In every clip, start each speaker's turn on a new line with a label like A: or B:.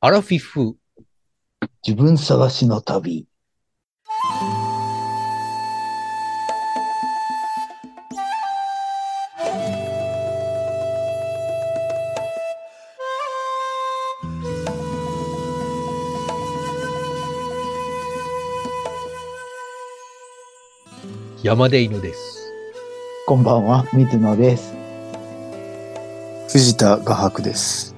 A: アラフィフ。
B: 自分探しの旅。
A: 山で犬です。
B: こんばんは、水野です。
C: 藤田画伯です。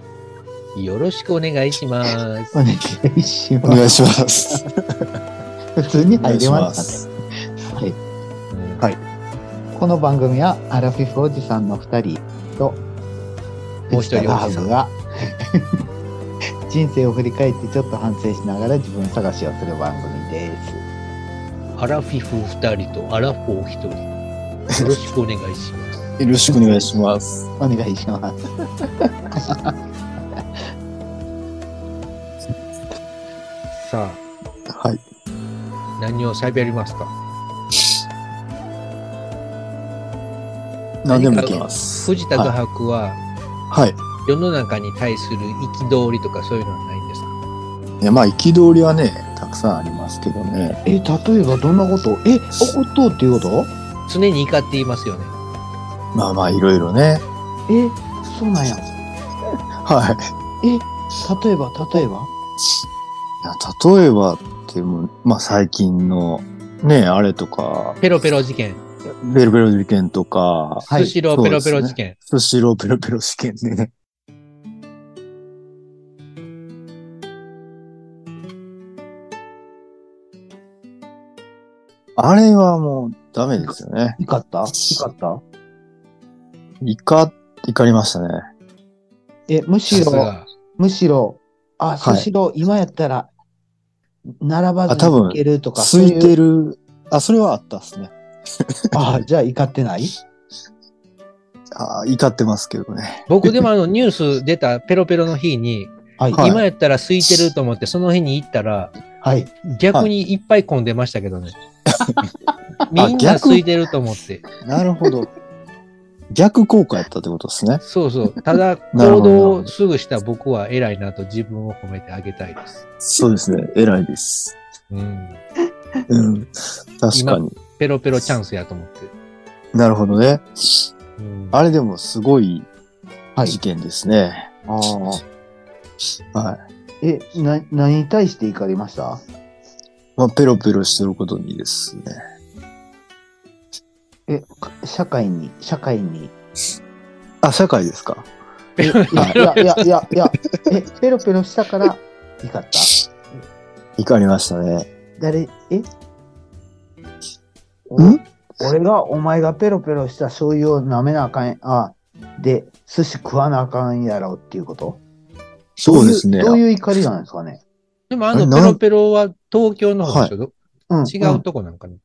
A: よろしくお願いします
B: お。願いし
C: お
B: ま
C: 願いし ます。
B: す。普通に
C: お願
B: 入
C: い
B: れ
C: し
B: ま
C: ま
B: し
C: す。
B: たね。は
A: うん
C: はい
B: い。この番組は、アラフィフおじさんの二人と、
A: もう一人おじ
B: 藤田
A: さん
B: ハブが、 人生を振り返ってちょっと反省しながら自分探しをする番組です。
A: アラフィフ二人とアラフォー一人。よろしくお願いします。
C: よろしくお願いします。
B: お願いします。
A: さ
C: はい。
A: あ、何を喋りますか
C: 何でもいけます。
A: 藤田画伯は
C: はい。
A: 世の中に対する憤りとかそういうのはないんですか
C: いや、まあ、憤りはね、たくさんありますけどね。
B: え、例えばどんなことえ、おことっていうこと
A: 常に怒っていますよね。
C: まあまあ、いろいろね。
B: え、そうなんや。
C: はい。
B: 例えば、例えば
C: いや例えばってもう、まあ、最近の、ね、あれとか、
A: ペロペロ事件。
C: ベルベロ事件とか、
B: はい
A: スシローペロペロ事件。
C: スシローベロベロ事件でね。あれはもうダメですよね。
B: 怒った怒った
C: 怒、怒りましたね。
B: え、むし
A: さす
B: ろ、
A: が
B: むしろ、あ、
C: はい
B: スシロー、今やったら、並ば
C: あ
B: ず
C: 多
B: に
C: 分
B: いけるとか、
C: 空い
B: そうい
C: て
B: う。
C: る。あ、それはあったっすね。
B: あじゃあ怒ってない
C: あ怒ってますけどね。
A: 僕でもあのニュース出たペロペロの日に、
B: はい。
C: はい
A: 今やったら空いてると思ってその日に行ったら、
B: はい。
A: 逆にいっぱい混んでましたけどね。
C: あ
A: みんな空いてると思って。
C: なるほど。逆効果やったってことですね。
A: そうそう。ただ、
C: なる
A: 行
C: ほど
A: 動をすぐした僕は偉いなと自分を褒めてあげたいです。
C: そうですね。偉いです。
A: うん。
C: うん。確かに。
A: ペロペロチャンスやと思って。
C: なるほどね。
A: うん、
C: あれでもすごい
B: はい
C: 事件ですね。
B: ああ。
C: はい。
B: え、な、何に対して怒りました
C: まあ、ペロペロしてることにですね。
B: え、か社会に、社会に。
C: あ、社会ですか
A: ペロ
B: いや、いや、いや、いや、いやえ、ペロペロしたから怒った
C: 怒りましたね。
B: 誰、え
C: ん
B: 俺が、お前がペロペロした醤油を舐めなあかん、あ、で、寿司食わなあかんやろっていうこと
C: そうですね。
B: どういう怒りなんですかね
A: でもあの
C: あれ
A: ペロペロは東京の方でしょ、
B: うん。
A: 違うとこなんかね。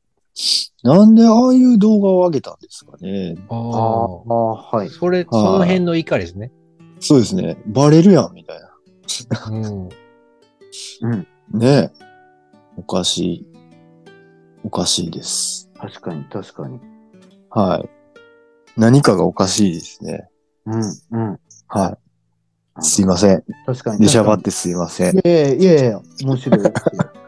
C: なんでああいう動画を上げたんですかね。
B: あ
A: ああ。
B: あ、はい。
A: それ、その辺の怒りですね。
C: そうですね。バレるやん、みたいな。
A: うん。
C: ねえ。おかしい。おかしいです。
B: 確かに、確かに。
C: はい。何かがおかしいですね。
B: うん、うん。
C: はい。すいません。
B: 確かに。
C: 出しゃばってすいません
B: い。やいやいやいや、面白い。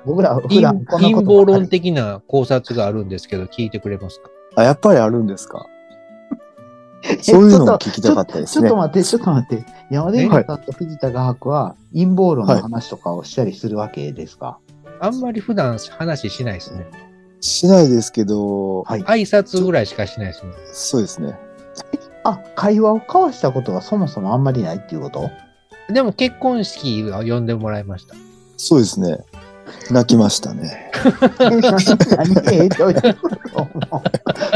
B: 僕ら、普
A: 陰
B: 段こんな
A: 陰
B: こと
A: 謀論的な考察があるんですけど、聞いてくれますか
C: あ、やっぱりあるんですか
B: え
C: そういうの
B: ちょ
C: も
B: っと
C: 聞きたかったです
B: ちょ
C: ね。
B: ちょっと待って、ちょっと待って。山田
C: は
B: 裕
C: い
B: さんと藤田画伯は陰謀論の話とかをしたりするわけですか、
A: あんまり普段話しないですね。
C: しないですけど、
B: はい、
A: 挨拶ぐらいしかしないですね。
C: そうですね。
B: あ、会話を交わしたことがそもそもあんまりないっていうこと
A: でも結婚式は呼んでもらいました。
C: そうですね。泣きましたね。
B: え何何えどういうこともう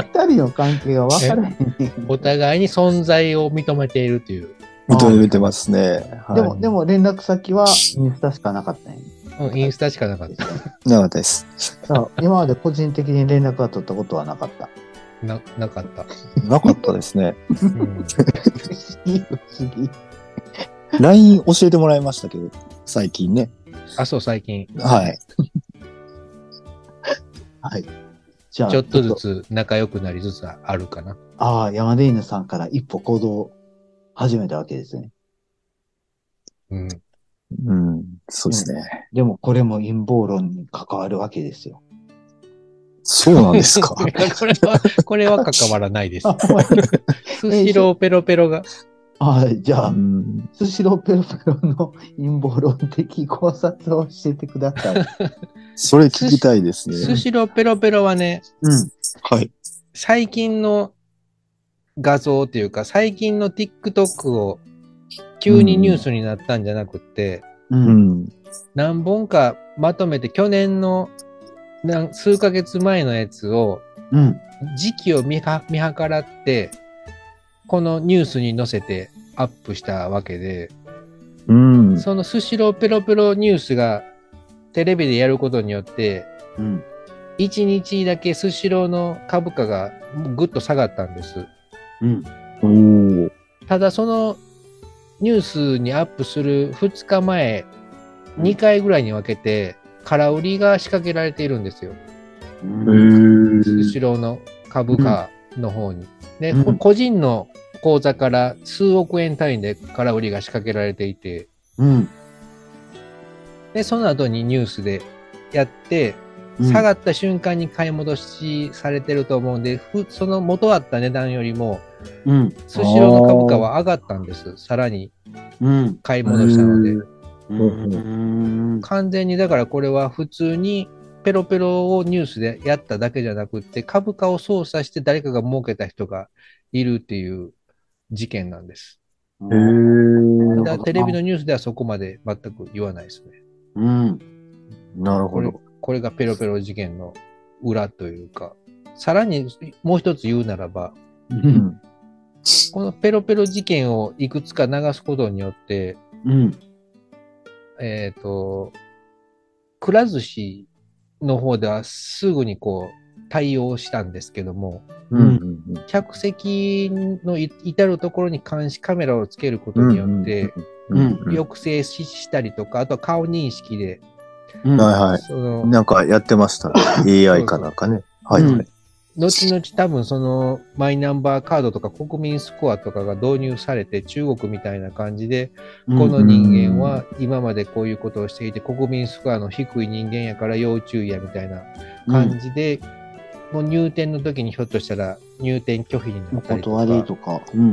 B: 二人の関係が分からへん。
A: お互いに存在を認めているという、
C: 認めてますね。は
B: で
C: い、
B: も、でも連絡先はインスタしかなかったんや
A: うん、インスタしかなかった。
C: なかったです。
B: あ今まで個人的に連絡が取ったことはなかった。
A: ななかった、
C: なかったですね。
A: うん。
B: 不思議不思議。
C: LINE 教えてもらいましたけど、最近ね。
A: あ、そう、最近、
C: はい。
B: はい。じゃあ、
A: ちょっとずつ
B: つ。
A: 仲良くなりつつあるかな。
B: ああ、山出犬さんから一歩行動を始めたわけですね。
A: うん、。
C: うん。そうですね。
B: でもこれも陰謀論に関わるわけですよ。
C: そうなんです か
A: これは、これは関わらないです。スシローペロペロが、
B: ああ、じゃ
C: う
B: あ、
C: ん
B: スシローペロペロの陰謀論的考察を教えてください。
C: それ聞きたいです
A: ス
C: ね。
A: シローペロペロはね、
B: うん。
C: はい。
A: 最近の画像というか、最近の TikTok を急にニュースになったんじゃなくて、
B: う。
C: うんん。
A: 何本かまとめて去年のなん数ヶ月前のやつを
B: うん。
A: 時期を見は見計らって、このニュースに載せてアップしたわけで、
C: うん。
A: そのスシローペロペロニュースがテレビでやることによって、
B: うん。
A: 1日だけスシローの株価がぐっと下がったんです。
B: うん。
C: おー
A: ただそのニュースにアップする2日前、
B: うん
A: 2回ぐらいに分けて、空売りが仕掛けられているんですよ。
C: へ
A: ス
C: ー
A: シローの株価の方に。で、
B: うん
A: こ個人の口座から数億円単位で空売りが仕掛けられていて、
B: うん。
A: で、その後にニュースでやって、下がった瞬間に買い戻しされてると思うんで、ふその元あった値段よりも、
B: うん。
A: スシローの株価は上がったんです。さらに
B: うん。
A: 買い戻したの
C: へ
A: で
C: ー。
B: うん
C: うん
B: ん。
A: 完全にだからこれは普通にペロペロをニュースでやっただけじゃなくって株価を操作して誰かが儲けた人がいるっていう事件なんです。
C: へー
A: だからテレビのニュースではそこまで全く言わないですね。
B: うん。
C: なる
A: こ
C: ほ
A: れ
C: ど。
A: これがペロペロ事件の裏というか、さらにもう一つ言うならば、
B: うん。
A: このペロペロ事件をいくつか流すことによって、
B: うん。
A: えっ、と、くら寿司の方ではすぐにこう対応したんですけども、
C: うんうん
A: 客席のい至るところに監視カメラをつけることによって、
C: うんうんうん
A: 抑制ししたりとか、あとは顔認識で、
B: うん。
C: はいはい。
A: その、
C: なんかやってました ね。AI かなんかね。はいは
B: う
C: い
B: ん。
A: 後々多分そのマイナンバーカードとか国民スコアとかが導入されて、中国みたいな感じで、この人間は今までこういうことをしていて、国民スコアの低い人間やから要注意やみたいな感じで、もう入店の時にひょっとしたら入店拒否にな
B: お
A: ったりと
B: 断
A: か。
B: りとか。うん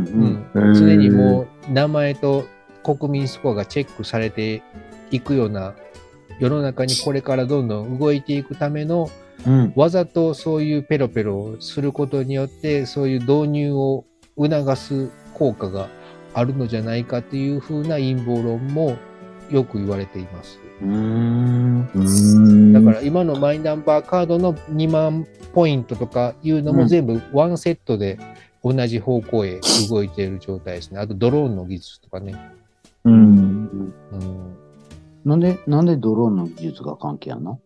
B: うん。
A: うん、常にも
C: う
A: う名前と国民スコアがチェックされていくような世の中にこれからどんどん動いていくための
B: うん。
A: わざとそういうペロペロをすることによってそういう導入を促す効果があるのじゃないかというふうな陰謀論もよく言われています。
B: うん。
C: ーん。
A: だから今のマイナンバーカードの2万ポイントとかいうのも全部ワンセットで同じ方向へ動いている状態ですね。あとドローンの技術とかね。
C: う
A: う
C: ん。
A: ん、
B: なんで、なんでドローンの技術が関係あんの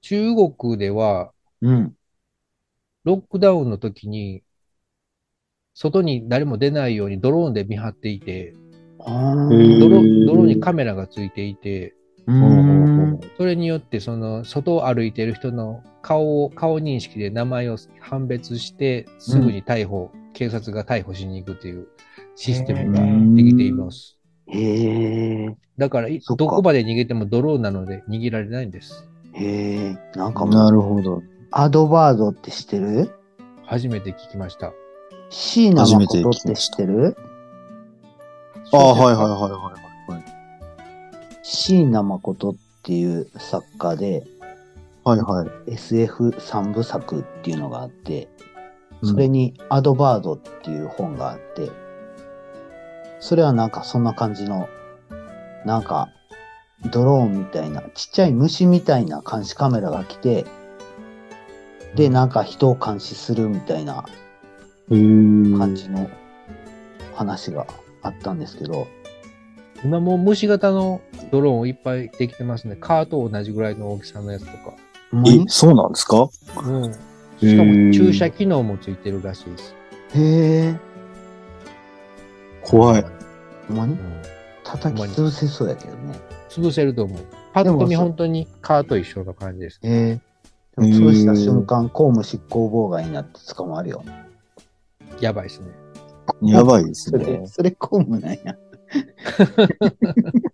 A: 中国では
B: うん。
A: ロックダウンの時に外に誰も出ないようにドローンで見張っていて、
B: あ
C: へー
A: ドロドローンにカメラがついていて、
C: ほうほうほう
A: それによってその外を歩いている人の顔を、顔認識で名前を判別して、すぐに逮捕、警察が逮捕しに行くというシステムができています。
B: へえ。
A: だからい、
B: そっか
A: どこまで逃げてもドローンなので逃げられないんです。
B: へえ。なんかもう、
C: なるほど。
B: アドバードって知ってる
A: 初めて聞きました。
B: 椎名誠って知ってる
C: ああ、はいはいはいはいはい。
B: 椎名誠っていう作家で、
C: はいはい。
B: SF 三部作っていうのがあって、
C: うん
B: それにアドバードっていう本があって、それはなんかそんな感じの、なんかドローンみたいな、ちっちゃい虫みたいな監視カメラが来て、で、なんか人を監視するみたいな
C: へー
B: 感じの話があったんですけど、
A: 今もう虫型のドローンをいっぱいできてますね。カーと同じぐらいの大きさのやつとか。
B: ほんま
C: え
B: に、
C: そうなんですか
A: うん。しか
C: へ
A: も
C: ー
A: 駐車機能もついてるらしいです。
B: へえ、
C: 怖い。
B: ほんま
A: う
B: に
A: ん
B: 叩き潰せそうやけどね。
A: 潰せると思う。パッと見
B: でも
A: 本当にカーと一緒の感じです。
B: ええでも潰した瞬間、公務執行妨害になって捕まるよ。
A: やばいですね。
C: やばいです
B: それ、
C: ね。
B: それ公務なんや。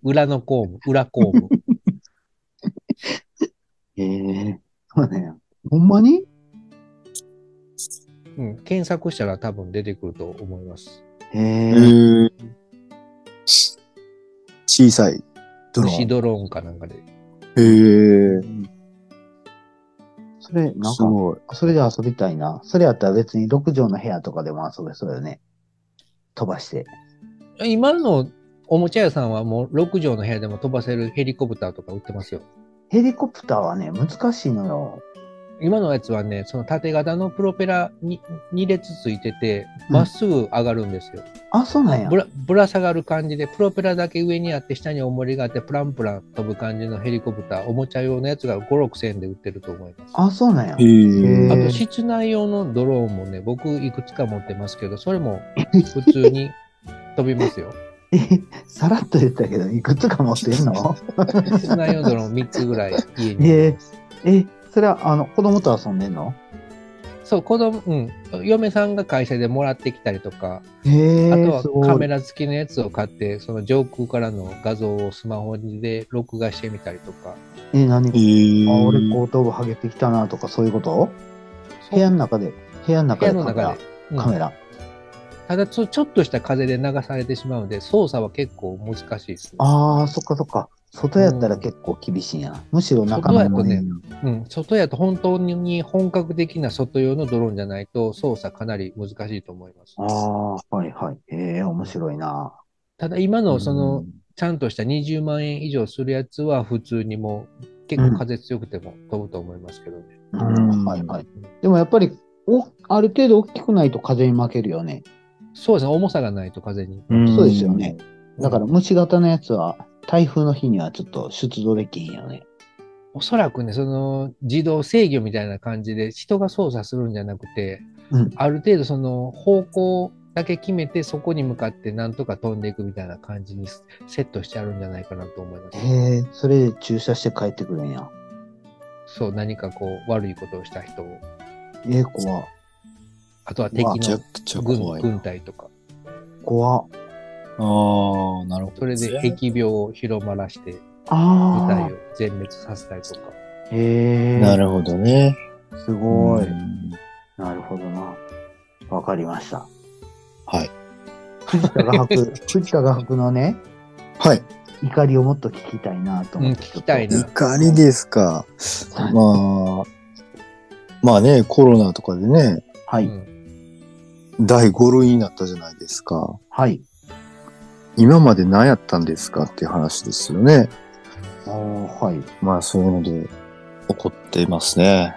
A: 裏の公 務、裏公務。
B: ええそうなんや。ほんまに
A: うん、検索したら多分出てくると思います。
B: え
C: え
B: え
C: ー、小さいドロー
A: 虫
C: ン。
A: ドローンかなんかで。
C: えー、
B: それ、なん
C: す
B: か、
C: ごい。
B: それで遊びたいな。それやったら別に6畳の部屋とかでも遊べそうよね。飛ばして。
A: 今のおもちゃ屋さんはもう6畳の部屋でも飛ばせるヘリコプターとか売ってますよ。
B: ヘリコプターはね、難しいのよ。
A: 今のやつはね、その縦型のプロペラに2列ついてて、まっすぐ上がるんですよ。
B: あ、そうなんや
A: ぶ。らぶら下がる感じで、プロペラだけ上にあって、下に重りがあって、プランプラン飛ぶ感じのヘリコプター、おもちゃ用のやつが5、6千円で売ってると思います。
B: あ、そうなんや
C: え。ー、
A: あ
B: へ
A: と、
B: ー
A: 室内用のドローンもね、僕いくつか持ってますけど、それ も普通に飛びますよ。
B: さらっと言ったけど、いくつか持ってる の
A: 室内用ドローン3つぐらい家に。
B: えええ、それは、あの、子供と遊んでんの
A: そう、子供、うん。嫁さんが会社でもらってきたりとか、
B: へえ
A: あと
B: す
A: はカ
B: ご
A: メ
B: い。
A: ラ付きのやつを買って、その上空からの画像をスマホで録画してみたりとか。
B: え、何
C: えー、
B: あ、俺後頭部ハゲてきたなとか、そういうこと
A: そう
B: 部屋の中で、部屋の中で
A: 部屋
B: カ
A: の
B: メラ
A: 中。で。うん
B: カメラ。
A: ただちょ、ちょっとした風で流されてしまうので、操作は結構難しいです。
B: ああ、そっかそっか。外やったら結構厳しいんやな。むしろ中のも
A: 外や
B: ね
A: とうん、外やと本当に本格的な外用のドローンじゃないと操作かなり難しいと思います
B: あ。あ、はいはい。ええ面白いな。
A: ただ今のそうの
B: ん、
A: ちゃんとした20万円以上するやつは普通にもう結構風強くても飛ぶと思いますけどね。
B: うん、はいはい。でもやっぱり、おある程度大きくないと風に負けるよね。
A: そうですね、重さがないと風に。
C: うん
B: そうですよね。だから虫型のやつは、台風の日にはちょっと出動できへんよね。
A: おそらくね、その自動制御みたいな感じで人が操作するんじゃなくて、
B: うん
A: ある程度その方向だけ決めてそこに向かってなんとか飛んでいくみたいな感じにセットしてあるんじゃないかなと思います。
B: へえ、それで駐車して帰ってくるんや。
A: そう、何かこう悪いことをした人を、
B: ええ、怖っ。
A: あとは敵
B: うわ
C: めちゃ
A: の
C: くちゃ怖
A: 軍
C: い。
A: 軍隊とか、
B: 怖っ。
C: ああ、なるほど。
A: それで疫病を広まらして部隊
B: あ
A: を全滅させたりとか。
B: あ。へえ。
C: なるほどね。
B: すごい。
C: うん
B: なるほどな。わかりました。
C: はい。
B: 藤田画 伯、藤田画伯のね、
C: はい。
B: 怒りをもっと聞きたいなと思って、
A: うん聞きたいな
C: 怒りですか。
B: す。
C: まあ、まあね、コロナとかでね、
B: は
A: う
B: い。
A: ん
C: 第5類になったじゃないですか。
B: はい。
C: 今まで何やったんですかっていう話ですよね。
B: あーはい。
C: まあそういうので怒ってますね。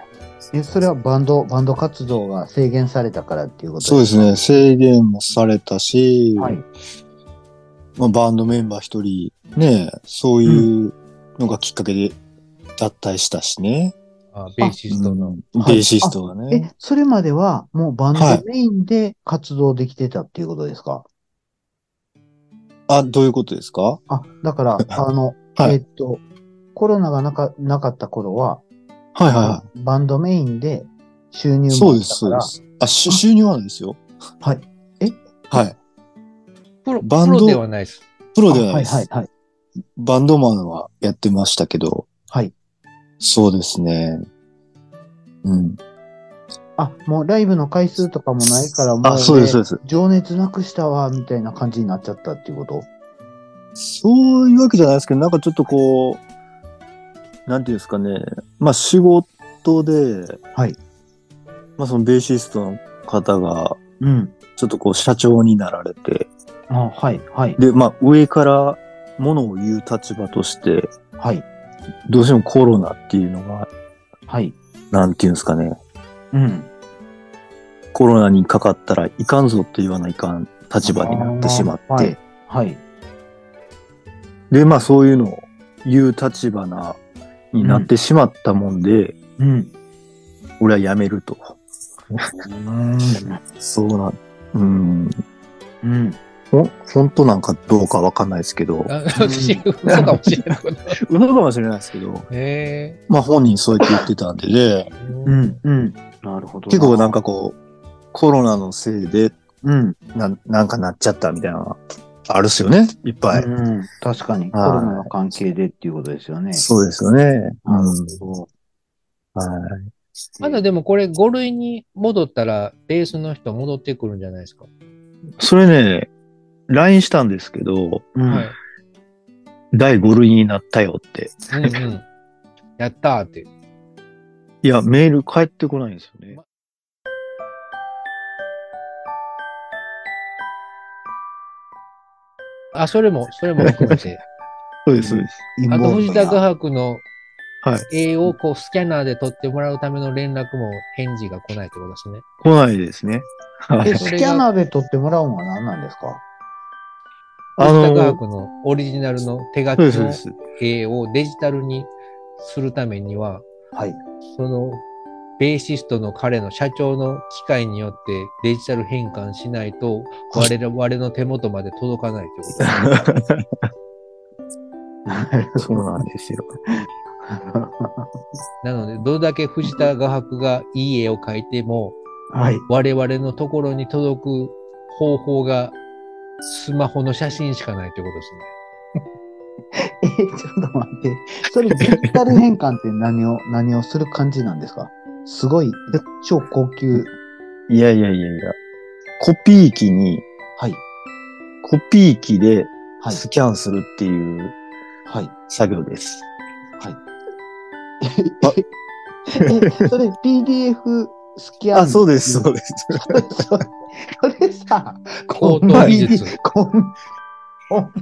B: え、それはバンド、バンド活動が制限されたからっていうこと
C: そうですね。制限もされたし、
B: はい。
C: まあ、バンドメンバー一人ね、そういうのがきっかけで脱退したしね。
A: あベーシストの。
C: うんベーシストがね。
B: え、それまではもうバン
C: はい
B: ドメインで活動できてたっていうことですか、
C: あ、どういうことですか
B: あ、だから、あの、
C: はい
B: えっと、コロナがなかなかった頃は、
C: はいはいは
B: バンドメインで収入
C: い。
B: も
C: そうで
B: あ
C: す、
B: った
C: そ
B: か
C: うで
B: ら
C: す。あ、し収入はないですよ。
B: はい。
C: はい。
A: プロプ
C: バンド
A: ロではないです。
C: プロではないです。
B: あはいはいはい。
C: バンドマンはやってましたけど、
B: はい。
C: そうですね。うん。
B: あ、もうライブの回数とかもないから、もう、
C: あ、そうです、そうです。
B: 情熱なくしたわ、みたいな感じになっちゃったっていうこと
C: そういうわけじゃないですけど、なんかちょっとこう、なんていうんですかね、まあ仕事で、
B: はい。
C: まあそのベーシストの方が、
B: うん。
C: ちょっとこう社長になられて、
B: あ、はい、はい、
C: で、まあ上からものを言う立場として、
B: はい、
C: どうしてもコロナっていうのが、
B: はい。
C: なんていうんですかね、
B: うん。
C: コロナにかかったらいかんぞって言わないかん立場になってしまって、
B: あーはいはい。
C: で、まあそういうのを言う立場な、になってしまったもんで、
B: うん。
C: 俺は辞めると。
B: うん。
C: そうなん、うん、
B: うん。
C: ほん、本当なんかどうかわかんないですけど、
A: あ私、嘘かもしれない。
C: 嘘かもしれないですけど、
A: へえ
C: まあ本人そうやって言ってたんで ね、
B: う
A: ー。
B: ん。うん。なるほど。
C: 結構なんかこう、コロナのせいで、
B: うん。
C: なん、なんかなっちゃったみたいなあるっすよね。いっぱい。
B: うん、確かに、コロナの関係でっていうことですよね。
C: そうですよね。う
B: なる
C: ん。
B: ほど
C: はい。
A: まだでもこれ5類に戻ったらベースの人戻ってくるんじゃないですか。
C: それね、LINE したんですけど、
B: うん
A: はい。
C: 第5類になったよって。
A: うんうん。やったーって。
C: いや、メール返ってこないんですよね。
A: あ、それも、それも含めて。
C: そうです、そうです。
B: 陰
A: あと、
B: 謀
A: 藤
B: 論
A: 田
B: や
A: 画伯の
C: はい
A: 絵をこうスキャナーで撮ってもらうための連絡も返事が来ないってことですね。
C: 来ないですね。はい
B: えスキャナーで撮ってもらうのは何なんですか
C: あの
A: 藤田画伯のオリジナルの手書き
C: そうです、そう
A: の
C: です。
A: 絵をデジタルにするためには、
B: はい。
A: そのベーシストの彼の社長の機械によってデジタル変換しないと我 々我々の手元まで届かないってことですね。
C: そうなんですよ。
A: なので、どれだけ藤田画伯がいい絵を描いても、
B: はい。
A: 我々のところに届く方法がスマホの写真しかないということですね。
B: え、ちょっと待って。それデジタル変換って何を、何をする感じなんですかすごい、超高級。
C: いやいやいやいや。コピー機に、
B: はい。
C: コピー機で
B: はい。
C: スキャンするっていう
B: はい。
C: 作業です。
B: え、それ PDF スキャン。
C: あ、そう です、そうです。
B: それそれさ、
A: 高
B: こ
A: 等
B: んな
A: 技
B: に
A: 術、
B: こん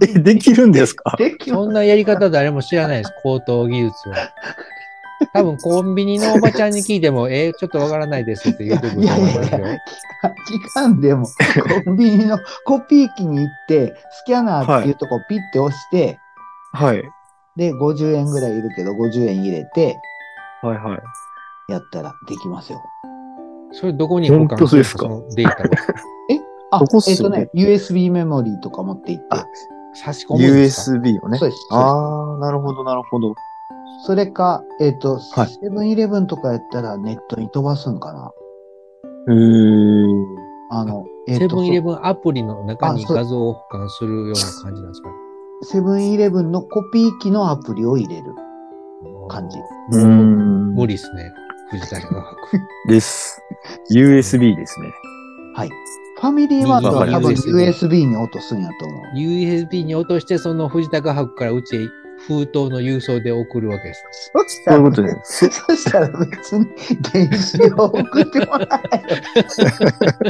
C: え、できるんですか
B: できま
A: そんなやり方誰も知らないです、高等技術 は。多分コンビニのおばちゃんに聞いても、えー、ちょっとわからないですって言うてくると思います
B: いやいやい
A: よ。
B: 期間でも、コンビニのコピー機に行って、スキャナーっていうとこピッて押して、
C: はい。
B: で、50円ぐらいいるけど、50円入れて、
C: はいはい。
B: やったらできますよ。
A: それどこに保管
C: 本当ですか
A: そのデータを
B: あ、
C: そこっす
B: えっ
C: よ
B: と
C: ね
B: ね、USB メモリーとか持って行って
C: あ、
A: 差し込むんですか
C: USB をね
B: そう。です。そう
C: あー、なるほど、なるほど。
B: ですそれか、えっ、と、
C: はい
B: セブンイレブンとかやったらネットに飛ばすんかな。
C: へー。
B: あの、えっ、
A: セブンイレ
B: と、
A: ブンアプリの中に
B: あそう
A: 画像を保管するような感じなんですかね
B: セブンイレブンのコピー機のアプリを入れる。感じ
C: うーん。
A: 無理ですね、藤田画伯。
C: です。USB ですね。
B: はい。ファミリーマートは多分
A: いいですね
B: USB に落とすんやと思う。
A: USB に落として、その藤田画伯からうちへ封筒の郵送で送るわけです。
B: そした
C: そう
B: ら
C: いうことです。
B: そしたら別に電子を送ってもらえない。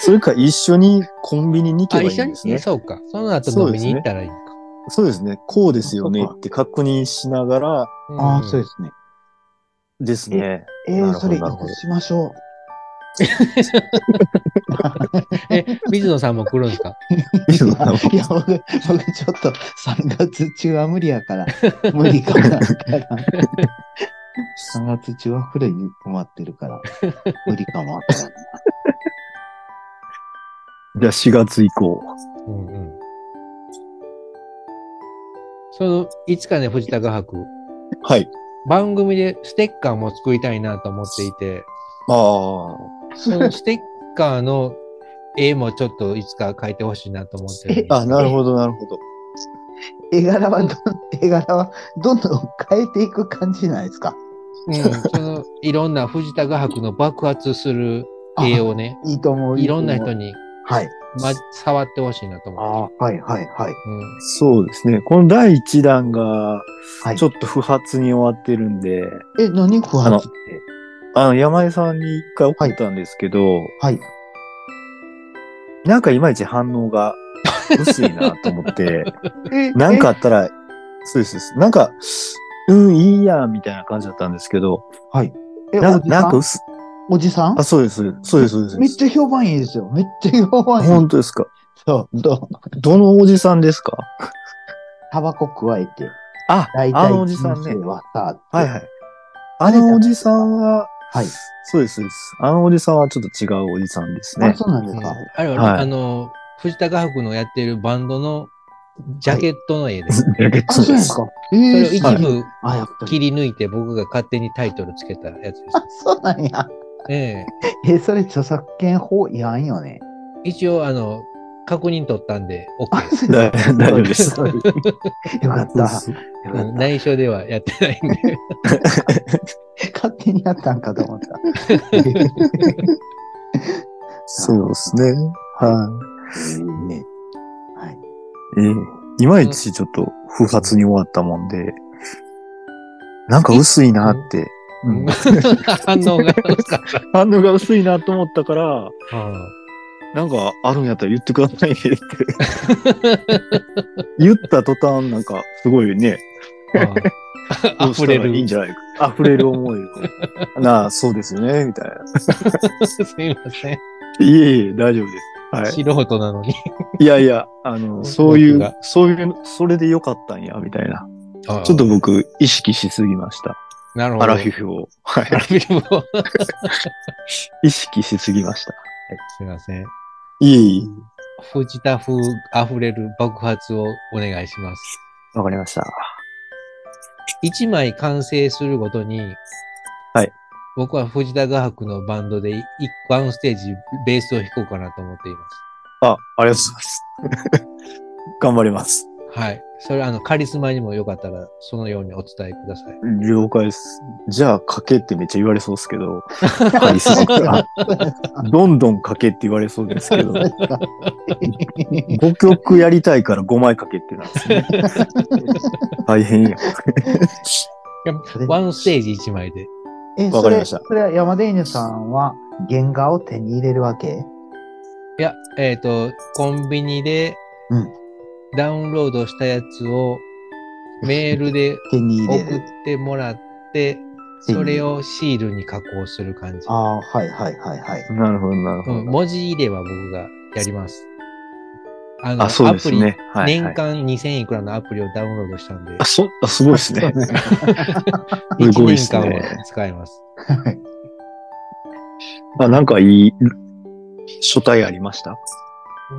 C: それか一緒にコンビニに行
A: あ、
C: けばい
A: 一緒
C: いん
A: に
C: ですね。
A: そうか。その後
C: そう
A: 飲み
C: ですね
A: に行ったらいいか。。
C: そうですね。こうですよねって確認しながら
B: ああ、そうですすね。
C: ですね。
B: え
C: なる
B: ー、
C: ほど
B: それい
C: なるほど
B: つしましょう。
A: え、水野さんも来るんですか
C: いいのかない
B: や、僕、僕ちょっと3月中は無理やから、無理かな。3月中は古いに困ってるから、無理かもわからん。
C: じゃあ4月以降。
A: うんうん。その、いつかね、藤田画伯、
C: はい。
A: 番組でステッカーも作りたいなと思っていて、
C: あ
A: そのステッカーの絵もちょっといつか描いてほしいなと思ってるんです。
C: あ。あ、なるほど、なるほど。
B: 絵柄はどん、絵柄はどんどん変えていく感じじゃないですか。
A: うん、その、いろんな藤田画伯の爆発する絵をね、
B: いいと思う。
A: いろんな
B: と
A: 人
B: 思う。
A: に、
B: はい。
A: ま、触ってほしいなと思って。
B: ああ、はいはいはい。
A: うん
C: そうですね。この第1弾が
B: はい、
C: ちょっと不発に終わってるんで、
B: え、何不
C: あの
B: 発って。
C: あの、山井さんに一回送ったんですけど、
B: はい。
C: なんかいまいち反応が薄いなと思って、
B: え
C: なんかあったら、そうですそうです。なんか、うん、いいや、みたいな感じだったんですけど、
B: え、え
C: な
B: お
C: ん
B: じ
C: か、
B: さ
C: なん
B: ん
C: か薄、
B: おじさん
C: あ、そうです、そうです、そうです。
B: めっちゃ評判いいですよ。めっちゃ評判いい。
C: 本当ですか
B: そう、どう
C: どのおじさんですか
B: タバコ加えて、
C: あ、
B: 大
C: あ
B: 体
C: のおじさん
B: 人
C: ね
B: 生。はさ、って
C: はいはい。あのおじさんは、
B: はい。
C: そうです、そうです。あのおじさんはちょっと違うおじさんです
B: あ、
C: ね。
B: そうなんで
A: う
B: す
A: ん
B: か。
A: あれは、
C: はい
A: あの、藤田画伯のやってるバンドのジャケットの 絵です。
C: ジャケッ
B: あ、そ
C: ト
B: うなん
C: で
B: ですすか。え
A: それを
B: ー、
A: 一
B: そう
A: 部
B: あ、やっぱり。
A: 切り抜いて僕が勝手にタイトルつけ たやつです
B: あ。、そうなんや。
A: ええ
B: え、それ著作権法違反よね。
A: 一応、あの、確認取ったんで、OK です。
C: 大大丈夫で す。
B: よかった。よか
A: うん
B: っ
A: 内緒ではやってないんで。
B: た。勝手にやったんかと思 った。
C: そうですね。
B: は
C: は
B: い。
C: い。ええいまいちちょっと不発に終わったもんで、なんか薄いなって、うん
A: 反応がどう ですか。
C: 反応が薄いなと思ったから、
A: うん
C: なんかあるんやったら言ってくださいねって。言った途端、なんかすごいね、
A: あ
C: どうし
A: 溢
C: た
A: れ
C: ら
A: る。
C: いいんじゃないか。溢れる思いを。なあ、そうですよね、みたいな。
A: すいません。
C: いえいえ、大丈夫です。はい。
A: 素人なのに。
C: いやいや、あの、そうい
A: 僕
C: う
A: が、
C: そういう、それでよかったんや、みたいな。
A: ちょ
C: ちょっと、僕、意識しすぎました。
A: なるほ
C: ア
A: ど。
C: ラフィフを。は
A: アラ
C: い。
A: フィフを。
C: 意識しすぎました。
A: すいません。
C: いえい
A: 藤田風溢れる爆発をお願いします。
C: え、わかりました。
A: 一枚完成するごとに、
C: はい。
A: 僕は藤田画伯のバンドでいワンステージベースを弾こうかなと思っています。
C: あ、ありがとうございます。頑張ります。
A: はい。それ、あの、カリスマにもよかったら、そのようにお伝えください。
C: 了解です。じゃあ、かけってめっちゃ言われそうです けど、カリスマかどんどんかけって言われそうです けど、5曲やりたいから5枚かけってなんです ね。大変や。
B: れ
A: ワンステージ一枚で。
B: え、
C: わ
B: そ
C: かり
B: れ、
C: ました
B: それは山田犬さんは原画を手に入れるわけ
A: いや、えっ、と、コンビニで
B: うん、
A: ダウンロードしたやつを、メールで
B: 手に入
A: 送
B: れ
A: っ
B: る。
A: てもらって、それをシールに加工する感じ。
B: ああ、はいはいはいはい。
C: なるほど、なる
A: う
C: ほ
A: ん、
C: ど。
A: 文字入れは僕がやります。あ
C: あ、そうですね。
A: アプ
C: はい
A: リ、
C: はい
A: 年間2000いくらのアプリをダウンロードしたんで、
C: あ、そ、あすごいですね。す
A: 1
C: ごい
A: 年
C: っす
A: 間
C: ね。
A: は使えます。
C: あ、なんかいい、書体ありました
A: う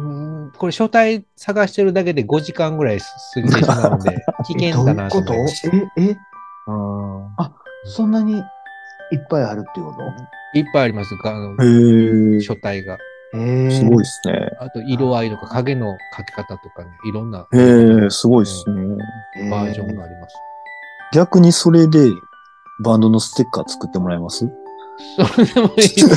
A: んこれ書体探してるだけで5時間ぐらい過ぎてしまうん で、 危
B: え
A: 険
B: どう
A: だ
B: い
A: な
B: う
A: と
B: こ
A: 思
B: と
A: いました
B: え、え、
C: ああ。
B: そんなにいっぱいあるっていうこ
A: いっぱいありますが、あの
C: へえ。
A: 書体が。
B: とええ。
C: すごいで
B: い。
C: すね。
A: あと色合いとか影の描き方とかね、いろんな
C: へえ、すごいですね。
A: バージョンがあります。
C: 逆にそれで、バンドのステッカー作ってもらえます
A: それでもいいですよ。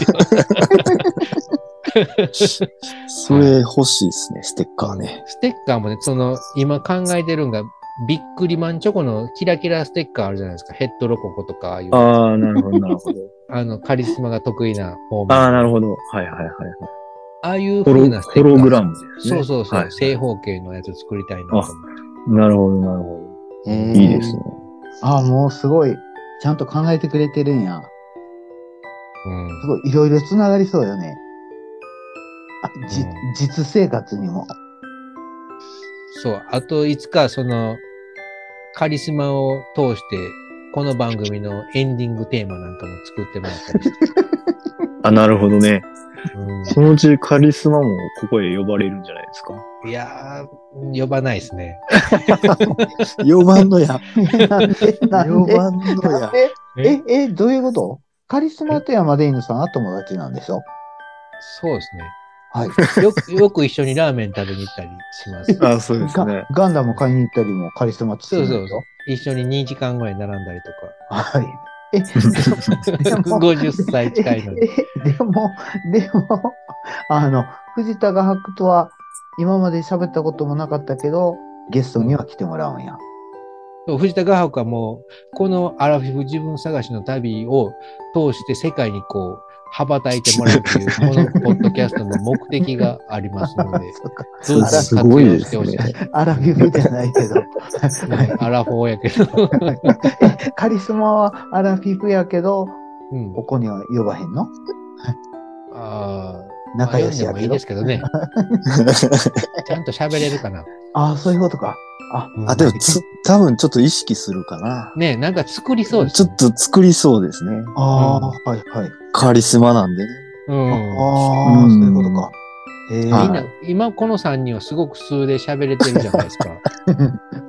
C: それ欲しいですね、ステッカーね。
A: ステッカーもね、その、今考えてるんが、びっくりマンチョコのキラキラステッカーあるじゃないですか。ヘッドロココとか、ああいう、あ
C: ああ、なるほど、なるほ ど。
A: の、カリスマが得意な方面。
C: ああ、なる
A: ほ
C: ほど。はいはいはい。
A: ど。ああいう
C: ホ
A: 風
C: ロ
A: なステッカー。
C: ホログラムですね
A: そうそうそう。
C: はい
A: 正方形のやつ作りたいなと思って。
C: なるほど、なるほど。いいですね。
B: ああ、もうすごい。ちゃんと考えてくれてるんや。
A: うん
B: す。ごい、いろいろつながりそうよね。あ、じ、
A: うん
B: 実生活にも。
A: そう。あと、いつか、その、カリスマを通して、この番組のエンディングテーマなんかも作ってもらったりして。
C: あ、なるほどね。
A: う
C: そのうちカリスマもここへ呼ばれるんじゃないですか。
A: ん、いやー、呼ばないですね。
C: 4番の や。
B: なんで、なん
C: 4
B: で、
C: 番の
B: なん
C: や。
B: で、え、え、どういうことカリスマと山田犬さんは友達なんでしょ
A: そうですね。
B: はい。
A: よく、よく一緒にラーメン食べに行ったりします。
C: あ、そうです
B: ガ
C: ね。
B: ガンダム買いに行ったりもカリスマつ
A: そう
B: る
A: そ
B: で
A: う
B: し
A: そう。
B: ょ
A: 一緒に2時間ぐらい並んだりとか。
B: はい。 え、
A: 50歳近いのに。
B: えでも、でも、あの、藤田画伯とは今まで喋ったこともなかったけど、ゲストには来てもらうんや。
A: そう藤田画伯はもう、このアラフィフ自分探しの旅を通して世界にこう、羽ばたいてもらうという、このポッドキャストの目的がありますので、
B: そうか
A: どうぞ
B: す
A: 活用してほしい。ね。
B: アラフィフじゃないけど。
A: アラフォーやけど。
B: え カリスマはアラフィフやけど、
A: うん
B: こ、こには呼ばへんの
A: あー
B: 仲良し
A: ま
B: や
A: あ読んでもいい
B: けど
A: で。すけど ね。ちゃんと喋れるかな。
B: ああ、そういうことか。あ、
A: うん
C: あ、でもつ、多分ちょっと意識するかな。
A: ねなんか作りそうで
C: ち
A: す
C: ょ
A: ね
C: っ。と作りそうですね。
B: ああ、はいはい。
C: カリスマなんでね。
A: うん。
B: ああ、
C: うん
B: そういうことか。ええ
C: は
A: み
C: い
A: んな、今この3人はすごく数で喋れてるじゃない ですか。
B: はい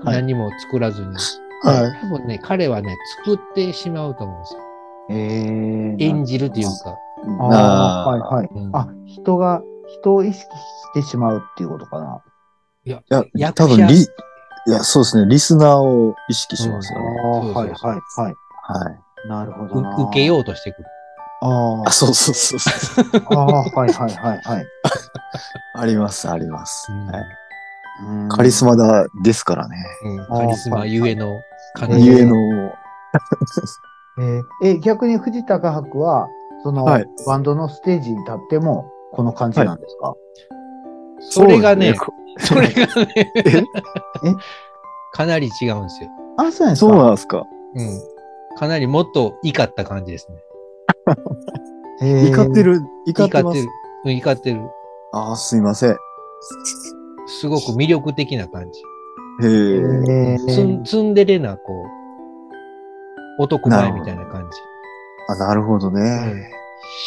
A: 何も作らずに。
C: はい。
A: 多分ね、彼はね、作ってしまうと思うんですよ。
B: ええ
A: 演じるというか。
B: ああ、はいはい。
A: うん
B: あ、人が人を意識してしまうっていうことかな。
C: いや、
A: 役者
C: 多分リ、いや、そうですね。リスナーを意識しますよね。
A: そうそう
B: はいはいはい。
C: はい。
B: なるほどな。
A: う受けようとしてくる。
B: あ
C: あ、そうそうそうそう。
B: ーあー、はいはいはい はい。
C: あります、あります。
A: うん
C: はい。
B: うん
C: カリスマだですからね。
A: うんカリスマゆえの
B: う
A: 感じ。
B: ん
C: 家の、
B: えーえ、逆に藤高博は、その、
C: はい
B: バンドのステージに立っても、この感じなんですか、
A: それがね
C: そう
A: それがね
C: え、
A: かなり違うんですよ。
B: あ、そうなんです
C: そう
B: か
C: なんで すか。
A: うん。かなりもっと怒った感じですね。
B: へー
C: 怒ってる、怒って
A: 怒っ
C: ま
A: て
C: す
A: る。。うん怒ってる。
C: あー、すいません。へ
A: すごく魅力的な感じ。
B: へ
C: え。
B: ー
A: ツンツンデレな、こう、男前みたいな感じ。
C: あ、なるほど
A: うん
C: ね。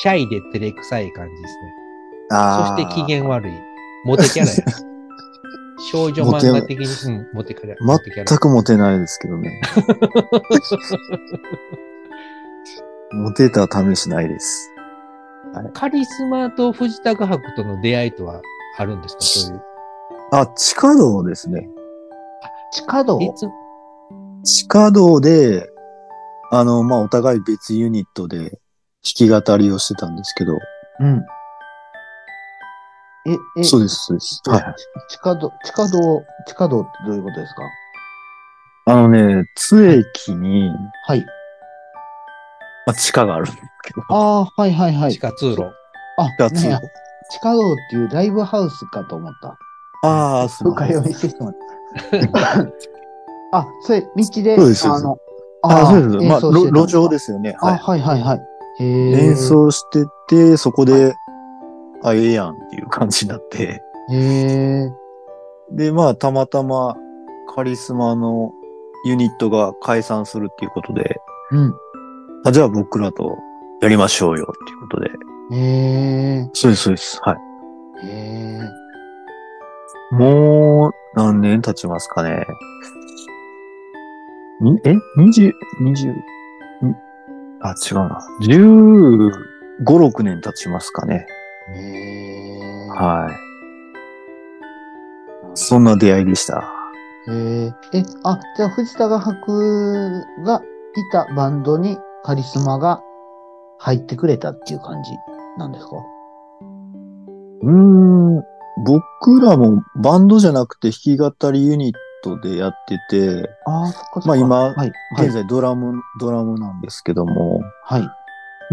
A: シャイで照れくさい感じですね。そ
C: あ
A: し
C: あ。
A: て機嫌悪い。モテキャラや。少女漫画的に、うん、モテキャラ。モテキャラ
C: 全くモテないですけどね。モテた試しないです。
A: カリスマと藤高博との出会いとはあるんですかそういう。
C: あ、地下道ですね。
B: 地下道
A: いつ
C: 地下道で、あの、まあ、お互い別ユニットで弾き語りをしてたんですけど、
B: うん。え、え、
C: そうです、そうです。はい。
B: 地下道、地下道、地下道ってどういうことですか
C: あのね、津駅に、
B: はい。
C: まあ、地下があるんですけど、
B: ああ、はいはいはい。
A: 地下通路。
B: あ
C: 地下通
B: なん
C: 路
B: や。地下道っていうライブハウスかと思った。
C: ああ、そ
B: 誤
C: うか。
B: 解をしてしまった。あ、それ、道で、
C: そうです
B: あの、
C: ああ、そうです。まあ、
B: 演奏して
C: 路
B: たん
C: 路上ですよね。
B: あ、
C: は
B: はいはいはい。へ
C: い。
B: え。
C: 演。奏してて、そこで、あ、ええやんっていう感じになって、
B: へえ。
C: で、まあ、たまたまカリスマのユニットが解散するっていうことで、
B: うん。
C: あじゃあ僕らとやりましょうよっていうことで。
B: へ
C: そうです、そうです。はい。
B: え。へえ。
C: もう、何年経ちますかね。に、え ?20、20、にあ、違うな。15、6年経ちますかね。
B: へえ。
C: はい。そんな出会いでした。
B: へえ。え、あ、じゃあ、藤田博がいたバンドにカリスマが入ってくれたっていう感じなんですか
C: うーん、僕らもバンドじゃなくて弾き語りユニットでやってて、
B: ああ、そっかそっか。
C: まあ今
B: はい、はい
C: 現、在ドラム、ドラムなんですけども、
B: はい、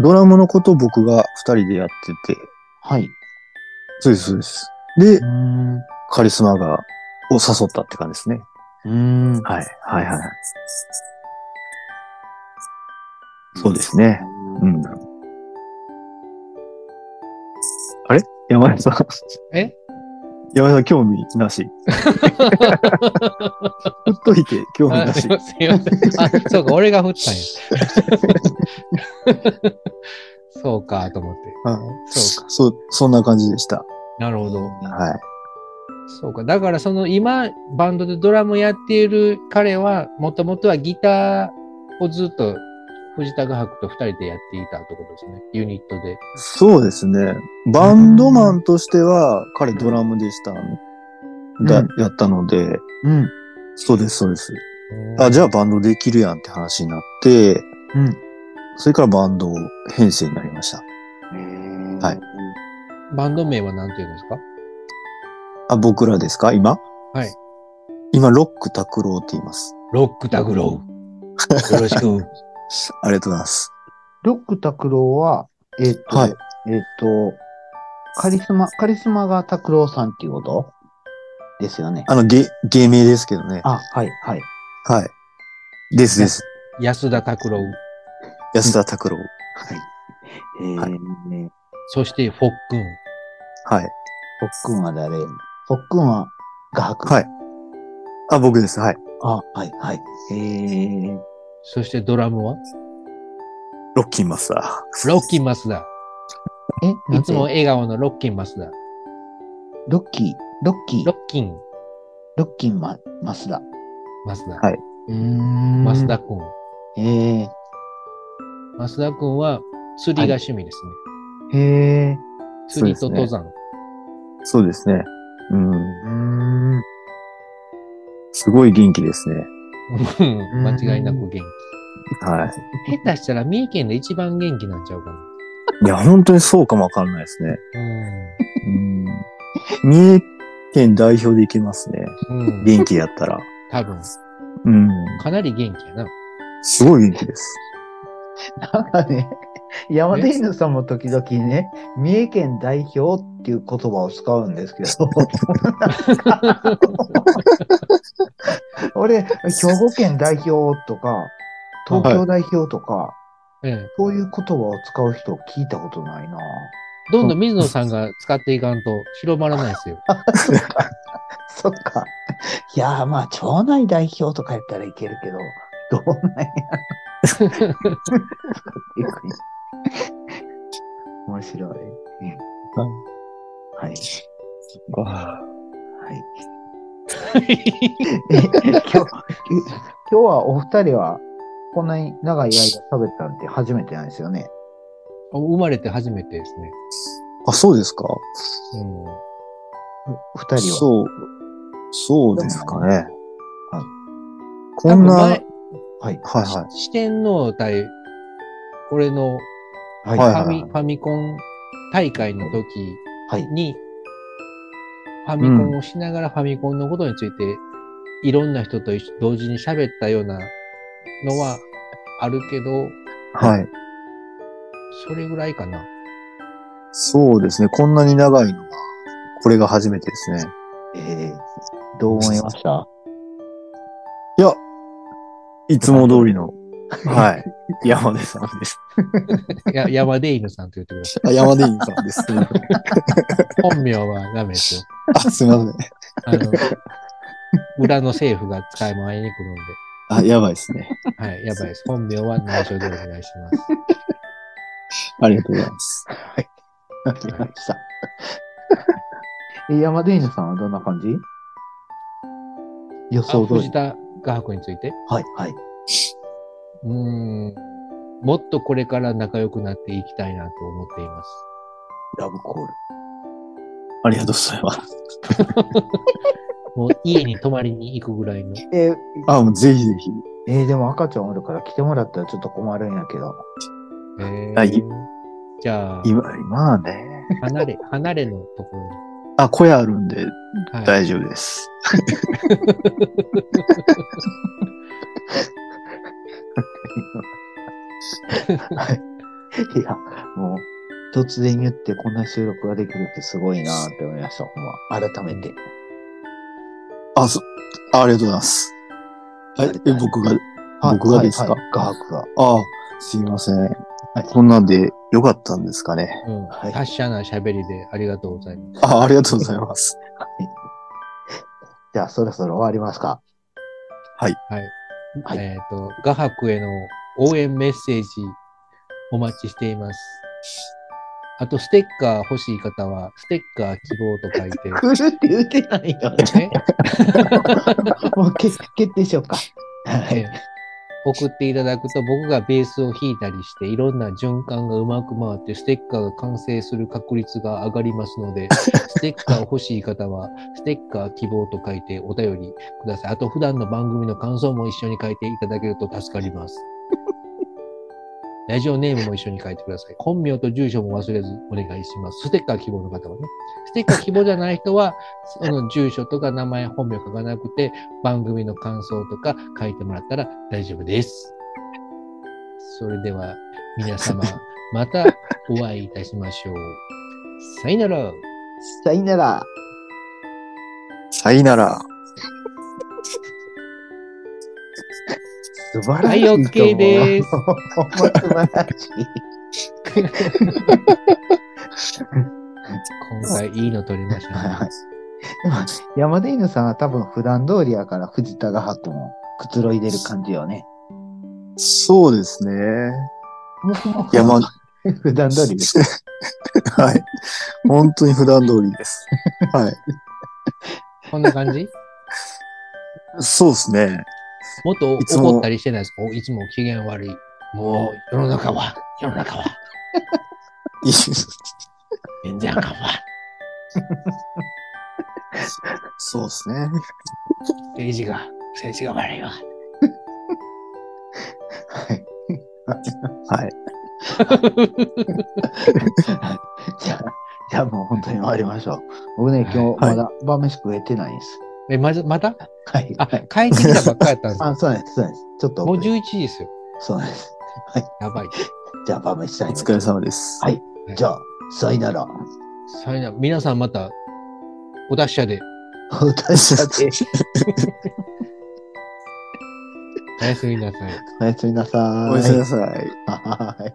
C: ドラムのこと僕が二人でやってて、
B: はい。
C: そうです、そうです。で
B: う、ん。う
C: カリスマが、を誘ったって感じですね。
B: ーん。
C: はい、はい、はい。そうですね。うん。あれ山根さん。
A: え
C: 山根さん、興味なし。ほっといて、興味
A: あ
C: な
A: す
C: し
A: い。ません。あ、そうか、俺が振 ったんや。そうか、と思って。
C: はい
A: そう
C: そう、そんな感じでした。
A: なるほど。
C: はい。
A: そうか。だから、その今、バンドでドラムやっている彼は、もともとはギターをずっと藤田画伯と二人でやっていたってことですね。ユニットで。
C: そうですね。バンドマンとしては、彼ドラムでした。だ
B: うん、
C: やったので、
B: うん。
C: そうです、そうです。あ、じゃあバンドできるやんって話になって、
B: うん。
C: それからバンド編成になりました。はい
A: バンド名は何て言うんですか
C: あ、僕らですか今
A: はい。
C: 今、ロック拓郎って言います。
A: ロックタグロー。よろし く。
C: ありがとうございます。
B: ロック拓郎は、えっ、と、
C: はい
B: えっ、と、カリスマ、カリスマが拓郎さんっていうことですよね。
C: あの、芸、芸名ですけどね。
B: あ、はい、はい。
C: はい。ですです。
A: 安田拓郎。
C: 安田拓郎。
B: はい。え
C: は
B: ー、
C: い
A: そして、フォックン。
C: はい。
B: フォックンは誰フォックンは画伯。
C: はい。あ、僕です。はい。
B: あ、はい、はい。えー、
A: そして、ドラムは
C: ロッキンマスター。
A: ロッキーマスダ。
B: え、
A: いつも
B: なんて
A: 笑顔のロッキンマスダ。
B: ロッキー、ロッキー、
A: ロ
B: ロ
A: ッキン
B: ッキーマ、マスダ。
A: マスダ
C: は。い
B: うんん
A: マスダ。君。
B: えー、
A: マスダ君は釣りが趣味ですね。
B: へー。
A: 釣りと登山。
C: そうですね。うん。
B: うん。
C: すごい元気ですね。
A: うん間違いなく元気。
C: は
A: 下手したら三重県で一番元気なんちゃうかな。
C: い。いや、本当にそうかもわかんないですね。うん。三重県代表でいけますね。
A: うん。うん、
C: 元気やったら。
A: 多分、
C: うん。
A: かなり元気やな。
C: すごい元気です。
B: なんかね、山田犬さんも時々ね、三重県代表っていう言葉を使うんですけど、 俺、兵庫県代表とか、東京代表とか、
A: ええ、
B: そういう言葉を使う人聞いたことない な。
A: どんどん水野さんが使っていかんと広まらないです よ。
B: そっか。いやー、まあ、町内代表とかやったらいけるけど、どうなんや。面白い。うんはい。はい。え今日、今日はお二人は、こんなに長い間喋ったなんて初めてなんですよね。
A: 生まれて初めてですね。
C: あ、そうですか
A: うん
B: 二人は。
C: そう。そうですかね。
B: はい
C: こんな、
A: 多分
C: はい
A: 前
B: はい。
C: はい。
A: 四天王対、俺の
B: は
A: フ
B: い。
C: はい
A: ァミファミコン大会の時
B: はい。
A: に、ファミコンをしながらファミコンのことについて、いろんな人と一緒同時に喋ったようなのはあるけど、
C: はい。
A: それぐらいかな。
C: そうですね。こんなに長いのは、これが初めてですね。
B: えー、どう思いました
C: いや、いつも通りの、はい。 山出さんです。
A: や山出犬さんと言ってくださ
C: あ山出院さん です。すいません
A: い。本名はダメですよ。
C: あ、すいませ
A: あ
C: ん。
A: の、裏の政府が使い回りに来るんで。
C: あ、やばいですね。
A: はい、やばいです。本名は内緒でお願いします。
C: ありがとうございます。
B: わかりました。え山田犬さんはどんな感じ予
A: あ
B: 想通り
A: 藤。田画伯について
B: はい、はい。
A: うーん。もっとこれから仲良くなっていきたいなと思っています。
B: ラブコール。
C: ありがとうございます。
A: もう家に泊まりに行くぐらいの。
B: えー
C: あ、もうぜひぜひ。
B: えーでも赤ちゃんおるから来てもらったらちょっと困るんやけど。
A: えー
C: あい
A: じゃあ、
C: 今、今はね。
A: 離れ、離れのところ
C: あ、小屋あるんで
A: に。はい。
C: 大丈夫です。
B: いや、もう、突然言ってこんな収録ができるってすごいなって思いました。ほんま、改めて。
C: あ、そ、あありがとうございます。はい、え僕が、
B: はい
C: 僕がですか
B: はいはい画伯が。
C: あ、すいません。
B: はい
C: こんなんでよかったんですかね。
A: うん。
B: はい
A: 達者な喋りでありがとうございます。
C: あ、ありがとうございます。
B: じゃあ、そろそろ終わりますか。はい
A: えっ、と、画伯への応援メッセージお待ちしています。あと、ステッカー欲しい方は、ステッカー希望と書いて、
B: 来るって言ってない
A: ね、
B: よ。もう決決定しようか。は
A: え
B: い。
A: 送っていただくと、僕がベースを弾いたりして、いろんな循環がうまく回って、ステッカーが完成する確率が上がります ので、ステッカー欲しい方は、ステッカー希望と書いてお便りください。あと、普段の番組の感想も一緒に書いていただけると助かります。ラジオネームも一緒に書いてください。本名と住所も忘れずお願いします。ステッカー希望の方はね。ステッカー希望じゃない人は、その住所とか名前、本名書かなくて、番組の感想とか書いてもらったら大丈夫です。それでは皆 様、またお会いいたしましょう。さよなら。
B: さよなら。
C: さよなら。
B: 素晴らしいと思う。
A: はい OK です
B: ほんま素晴らしい。
A: 今回いいの撮りましたね。
B: はいでも、山田犬さんは多分普段通りやから藤田が博もくつろいでる感じよね。
C: そうですね。
B: 僕も
C: 山、
B: 普段通りです。
C: はい。本当に普段通り です。はい。
A: こんな感じ
C: そうですね。
A: もっと
C: いつも
A: 怒ったりしてないですかおいつも機嫌悪い。もう世の中は、世の中は、
C: いい
A: 全然あかんわ。
C: そうですね。
A: 政治が、政治が悪いわ。
B: はい。
C: はい。
B: じゃあ、じゃあもう本当に終わりましょう。僕ね、今日
C: はい
B: まだ晩飯食えてないんです。
A: え、まず、また
B: はい。
A: あ、
B: はい。
A: 帰ってきたばっかやったんです
B: あ、そうなんです。そうなんです。ちょっと
A: もう
B: 遅れて、
A: 11時ですよ。
B: そうなんです。
A: やばい。
B: じゃあ晩飯したい
C: お疲れ様です。
B: はいじゃあ、さいなら。
A: さよなら皆さんまた、お達者で、
B: 私たち、
A: おやすみなさい。
B: おやすみなさーい。
C: おやすみなさい。
B: はーい。